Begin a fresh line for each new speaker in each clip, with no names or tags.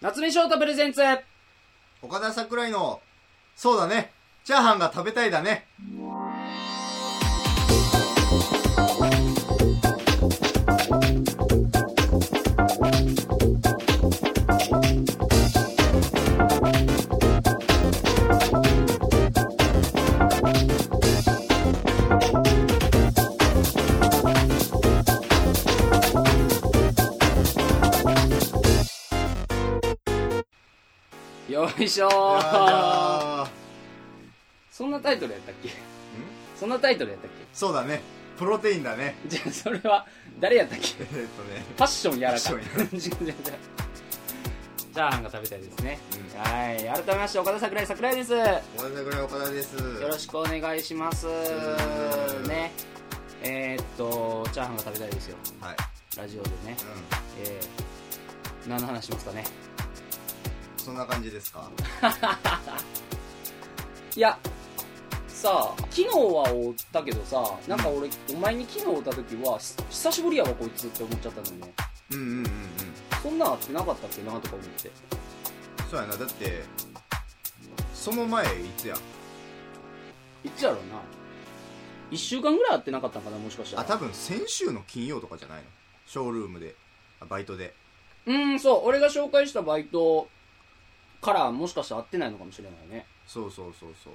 夏目翔太プレゼンツ
岡田桜井の、そうだね。チャーハンが食べたいだね。
よいしょ
いや
ー
ー
そんなタイトルやったっけそんなタイトルやったっ
そうだね。プロテインだね。
けじゃあそれは誰やったっけ
えーっとね。
ファッションやらか
ファッ
じゃじゃじゃチャーハンが食べたいですね、
うん
はい改めまして岡田桜井桜井ですよ
岡田桜井岡田です。
ろしくお願いします
うん
ねえー、っとチャーハンが食べたいですよ
はい。
ラジオでね、
う
えー、何の話しますかね
ん。そんな感じですか。
いやさあ昨日は追ったけどさなんか俺、お前に昨日追った時はし久しぶりやわこいつって思っちゃったのよね
うんうんうんうん。
そんなんあってなかったっけなとか思って
そうやな。だって、その前、いつや
いつやろうな1週間ぐらい会ってなかったんかなもしかしたら
あ、多分先週の金曜とかじゃないの。ショールームで、あバイトで。
うーんそう俺が紹介したバイトからもしかしたら会ってないのかもしれないね
そうそうそうそう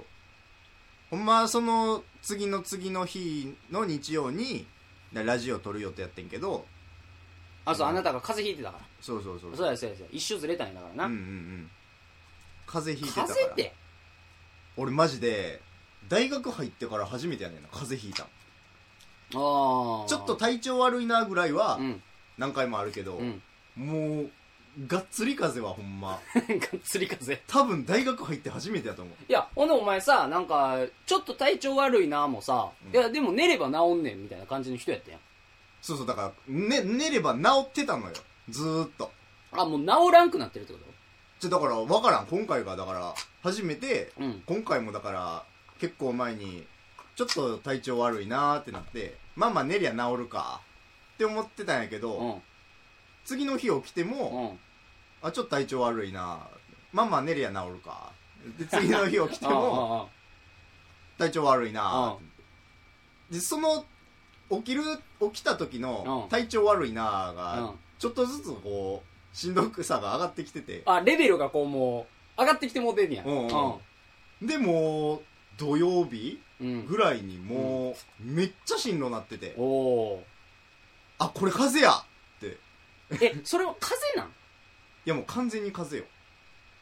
ほんまはその次の次の日の日曜になラジオ撮る予定やってんけど
あそう、
うん
あなたが風邪ひいてたか
そうそうそう
らそうやそうやそうや一周ずれたんやだからな、
うんうんうん風邪ひいてた
風
から
邪って
俺マジで大学入ってから初めてやねんな風邪ひいた
ああ
ちょっと体調悪いなぐらいは
うん
何回もあるけど、
うん
もうがっつり風邪はほん
が
ま
っつり風邪
多分大学入って初めてやと思う
いやほんでお前さなんかちょっと体調悪いなもさ、
うん
いやでも寝れば治んねんみたいな感じの人やったやん
そうそうだから、ね、寝れば治ってたのよずーっと
あもう治らんくなってるってこ
じゃだから分からん今回がだから初めて
とうん
今回もだから結構前にちょっと体調悪いなーってなってまあまあ寝りゃ治るかって思ってたんやけど、
うん
次の日起きて
う
も、
ん
あちょっと体調悪いなーまあまあ寝りゃ治るかで次の日起きても
あ
体調悪いなーって
う
でその起きる起きた時
う
の
ん
体調悪いなー
あああ
がちょっとずつこうしんどくさが上がってきてて
うんあレベルがこうもう上がってきてもうてんねや
うんうんでもう土曜日
うん、うん
ぐらいにもうめっちゃしんどなってて
おお
あこれ風邪やって
ーえそれは風邪なん
いやもう完全に風邪よ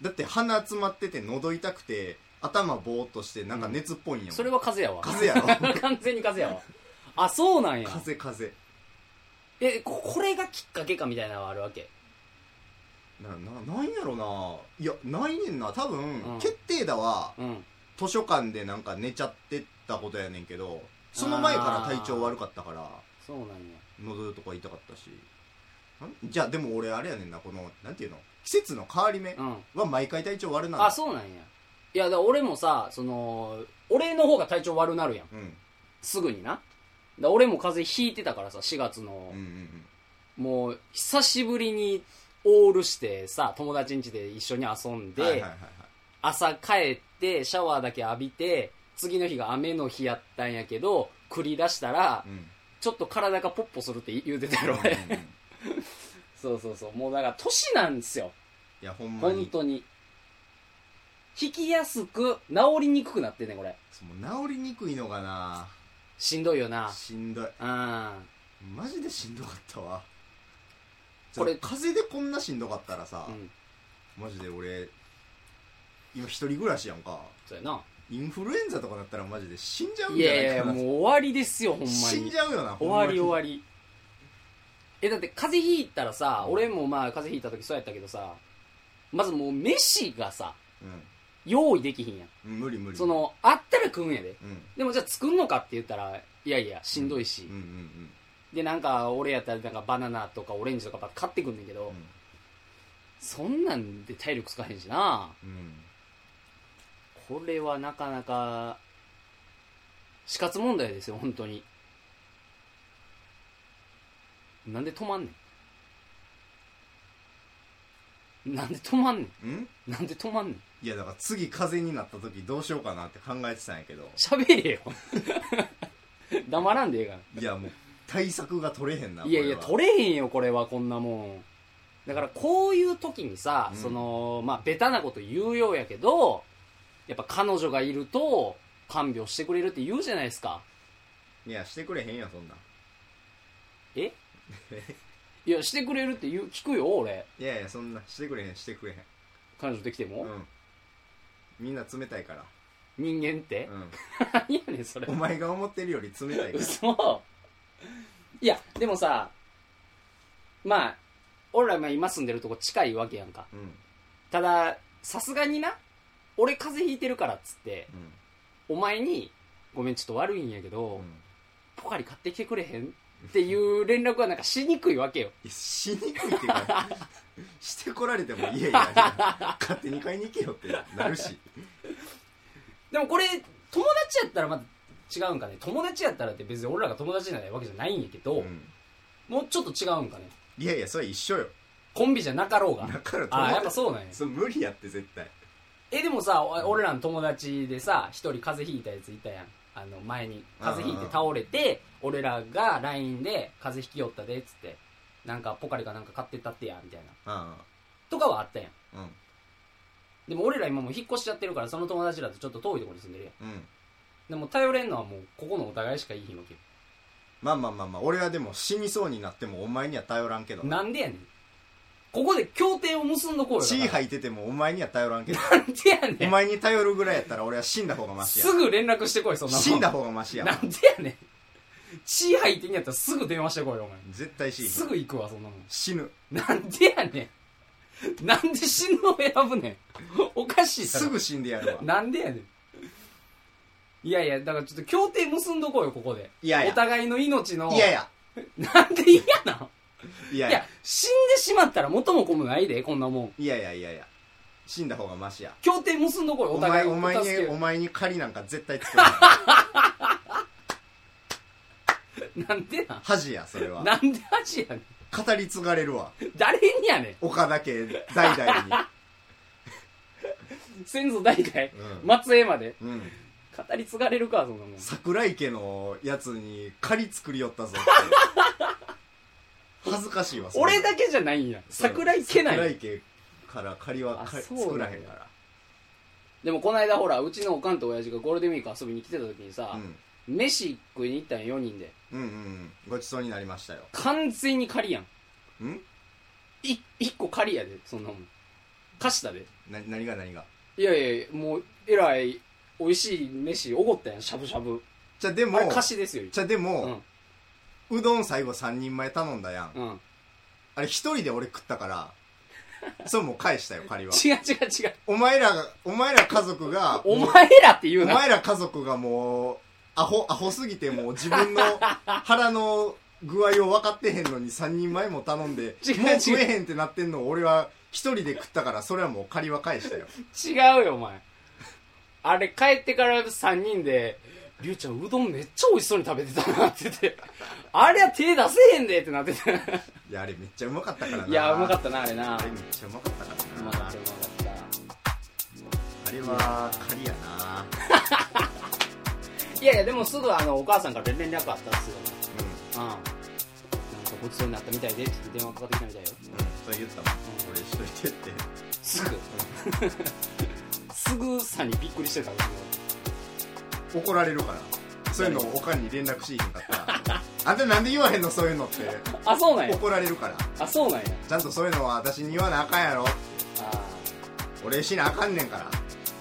だって鼻詰まってて喉痛くて頭ぼーっとしてなんか熱っぽいんやもん、
それは風邪やわ
風邪やろ
完全に風邪やわあそうなんや
風風
えここれがきっかけかみたいなのがあるわけ
なななんやろないやないねんな多分、
うん
決定打は
うん
図書館でなんか寝ちゃってたことやねんけどその前から体調悪かったから
そうなんや
喉とか痛かったしなんじゃあでも俺あれやねんなこのなんていうの季節の変わり目
うん
は毎回体調悪なんだ
あそうなんやいやだから俺もさその俺の方が体調悪なるやん
うん
すぐになだから俺も風邪ひいてたからさ4月の
うんう、んうん
もう久しぶりにオールしてさ友達ん家で一緒に遊んで、
はいはいはいはい
朝帰ってシャワーだけ浴びて次の日が雨の日やったんやけど繰り出したら、
うん
ちょっと体がポッポするって言うてたやろ俺、
うんうんうん
そうそうそうもうだから年なんですよ
いやほんま
本
に
当に引きやすく治りにくくなってんねこれ
もう治りにくいのかな
しんどいよな
しんどい
うん
マジでしんどかったわ
こ
こ
れ
れ風邪でこんなしんどかったらさ、
うん
マジで俺今一人暮らしやんか
そうやな
インフルエンザとかなったらマジで死んじゃうん
い
じゃな
や
い
いやい
か
や
な
もう終わりですよほんまに
死んじゃうよな
終わり終わ
り
りえだって風邪ひいたらさ俺もまあ風邪ひいた時そうやったけどさまずもう飯がさ用意できひんやん
うん無理無理
そのあったら食うんやで
うん
でもじゃあ作んのかって言ったらいやいやしんどいし、
うんうんうん
でなんか俺やったらなんかバナナとかオレンジとかばっか買ってくんねんけど、
うん
そんなんで体力つかへんしな
うん
これはなかなか死活問題ですよ本当になんで止まんねんなんで止まんね
うん
んなんで止まんねん
いやだから次風邪になった時どうしようかなって考えてたんやけど
喋れよ 黙らんでええか
いやもう対策が取れへんな
らいやいや
こ
取れへんよこれはこんなもんだからこういう時にさ、
うん
そのまあベタなこと言うようやけどやっぱ彼女がいると看病してくれるって言うじゃないですか
れはいやしてくれへんよそんなん
え いやしてくれるって言う聞くよ俺
いやいやそんなしてくれへんしてくれへん
彼女できても、
うんみんな冷たいから、
人間って、
う
何やねんそれ
ん、お前が思ってるより冷たいから
嘘いやでもさまあ俺らまあ今住んでるとこ近いわけやんか
うん
たださすがにな俺風邪ひいてるからっつってお前に「ごめんちょっと悪いんやけど、
うん、うん、
ポカリ買ってきてくれへん?」って いう連絡はなんかしにくいわけよ
いやしにくいっていうか してこられてもいやいや勝手に買いに行けよってなるし
でもこれ友達やったらまた違うんかね友達やったらって別に俺らが友達じゃないわけじゃないんやけど、
うん
もうちょっと違うんかね
いやいやそれ一緒よ
コンビじゃなかろうが
だから
ああやっ
友
ぱ
達
そうなんや
それ無理やって絶対
えでもさお俺らの友達でさ一人風邪ひいたやついたやんあの前に風邪ひいて倒れて俺らが LINE で「風邪ひきよったで」っつってなんかポカリかなんか買ってったってやみたいな
あ
とかはあったやん
あうん
でも俺ら今もう引っ越しちゃってるからその友達らとちょっと遠いところに住んでるやん
うん
でも頼れんのはもうここのお互いしかいい日のけ
まあまあまあまあ俺はでも死にそうになってもお前には頼らんけど
なんでやねんここで協定を結んどこうよだ
血
から
吐いててもお前には頼らんけど
なんでやね
お
ん
前に頼るぐらいやったら俺は死んだ方がマシや
すぐ連絡してこいそんなもん
死んだ方がマシや
なんでやねん血吐いてんやったらすぐ電話してこいよお前
絶対死
す
ぬ
ぐ行くわそんなもん
死ぬ
なんでやねん。なんで死ぬを選ぶねん。おかしいだろ
すぐ死んでやるわ
なんでやねん。いやいや、だからちょっと協定結んどこうよ、ここで。
いやいや
お互いの命の。
いやいや
なんで嫌なん
いや
い
いや
や、死んでしまったら元も子もないで、こんなもん。
いやいやいやいや死んだ方がマシや
協定結んどこうよ、
お
お互
前
い
お前
お助
に
け
お
を
前に借りなんか絶対作らない
なんでなん
恥やそれ は
なんで恥やねん。
語り継がれるわ
誰にやね
岡田家 代々
ん。先祖代々、
うん
末裔まで。
にうん
語り継がれるか、そんなもん。
桜井家のやつに借り作りよった ぞって恥ずかしいわそれ
俺だけじゃないんや。桜井けない。
桜井家から借りは
あ
か
そうなんや
作らへんから
でもこの間ほらうちのおかんと親父がゴールデンウィーク遊びに来てた時にさ、飯食いに行ったんよ4人で
うん、うんうんごちそうになりましたよ
完全に借りやん
ん
い1個借りやでそんなもん貸したで
な何が何が
いやいやもうえらい美味しい飯おごったやんしゃぶしゃぶ
じゃあでも
あれ貸しですよ
じゃあで
う
も
ん、
うどん最後3人前頼んだやん、
うん、
あれ一人で俺食ったから それもう返したよ借り
違
は
う違う違う
お前らがお前ら家族が
お前らって言
お
うな
前ら家族がもうアホアホすぎてもう自分の腹の具合を分かってへんのに3人前も頼んで
違う
もう食えへんってなってんのを俺は一人で食ったからそれはもう借りは 返したよ
違うよお前あれ帰ってから3人で「りゅうちゃんうどんめっちゃ美味しそうに食べてたな」って言って「あれは手出せへんで」ってなってた
いやあれめっちゃうまかったからない
いやうまかったたなあれな
あれめっちゃうまかったから
う
な
まかったうまかっ
あれは借りやな
たいやいやでもすぐあのお母さんから連絡あったんですよ
う
うんなんかごちそうになったみたいでって言って電話かかってきたみたいよ
ん、うん、そう言ったもん俺一人でって
す ぐすぐさにびっくりしてたんです
怒られるからそういうのをおかんに連絡しへんかったら あんたなんで言わへんのそういうのって
よあそうなんや
怒られるから
あそうなんや
ちゃんとそういうのは私に言わなあかんやろ
あ
俺しなあかんねんから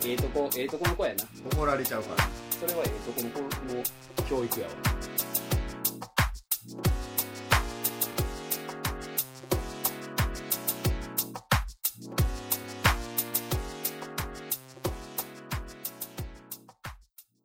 ーええとこええとこの子やな
怒られちゃうから
それはええとこの子の教育やわ